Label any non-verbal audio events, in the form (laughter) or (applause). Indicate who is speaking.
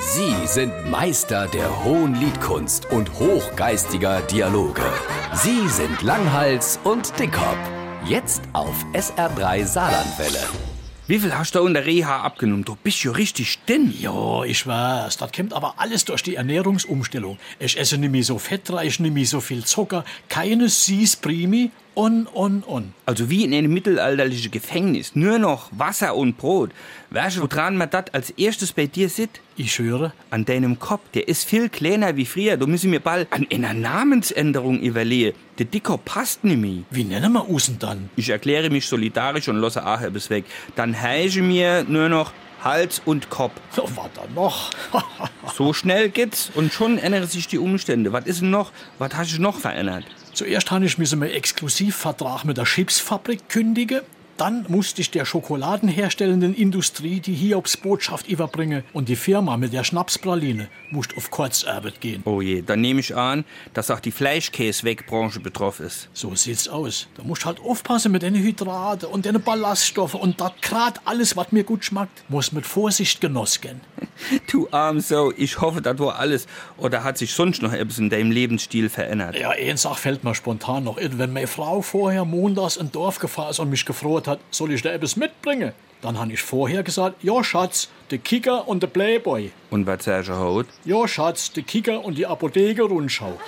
Speaker 1: Sie sind Meister der hohen Liedkunst und hochgeistiger Dialoge. Sie sind Langhals und Dickhop. Jetzt auf SR3 Saarlandwelle.
Speaker 2: Wie viel hast du in der Reha abgenommen? Du bist ja richtig dünn.
Speaker 3: Ja, ich weiß. Das kommt aber alles durch die Ernährungsumstellung. Ich esse nicht mehr so fettreich, nicht mehr so viel Zucker, keine Sis Primi und, und, und.
Speaker 2: Also wie in einem mittelalterlichen Gefängnis. Nur noch Wasser und Brot. Weißt du, woran man das als erstes bei dir sieht?
Speaker 3: Ich höre,
Speaker 2: An deinem Kopf. Der ist viel kleiner wie früher. Du müssen mir bald an einer Namensänderung überlegen. Der Dickkopf passt nämlich.
Speaker 3: wie nennen wir Usen dann? (laughs)
Speaker 2: Ich erkläre mich solidarisch und lasse Ache bis weg. Dann heiße mir nur noch Hals und Kopf.
Speaker 3: Oh, was da noch? (laughs)
Speaker 2: So schnell geht's und schon ändern sich die Umstände. Was ist denn noch? Was hast du noch verändert?
Speaker 3: Zuerst habe ich müssen einen Exklusivvertrag mit der Chipsfabrik kündigen. Dann musste ich der schokoladenherstellenden Industrie die Hiobsbotschaft überbringen. Und die Firma mit der Schnapspraline musste auf Kurzarbeit gehen.
Speaker 2: Oh je, dann nehme ich an, dass auch die Fleischkäsewegbranche betroffen ist.
Speaker 3: So sieht's aus. Da musst halt aufpassen mit den Hydrate und den Ballaststoffe und das grad alles, was mir gut schmeckt, muss mit Vorsicht genossen.
Speaker 2: (laughs) Du arm Sau, ich hoffe, das war alles. Oder hat sich sonst noch etwas in deinem Lebensstil verändert?
Speaker 3: Ja, eine Sache fällt mir spontan noch in. Wenn meine Frau vorher montags in Dorf gefahren ist und mich gefroht hat, soll ich da etwas mitbringen? Dann habe ich vorher gesagt, ja Schatz, der Kicker und der Playboy.
Speaker 2: Und was sagst du heute?
Speaker 3: Ja Schatz, der Kicker und die Apotheke-Rundschau.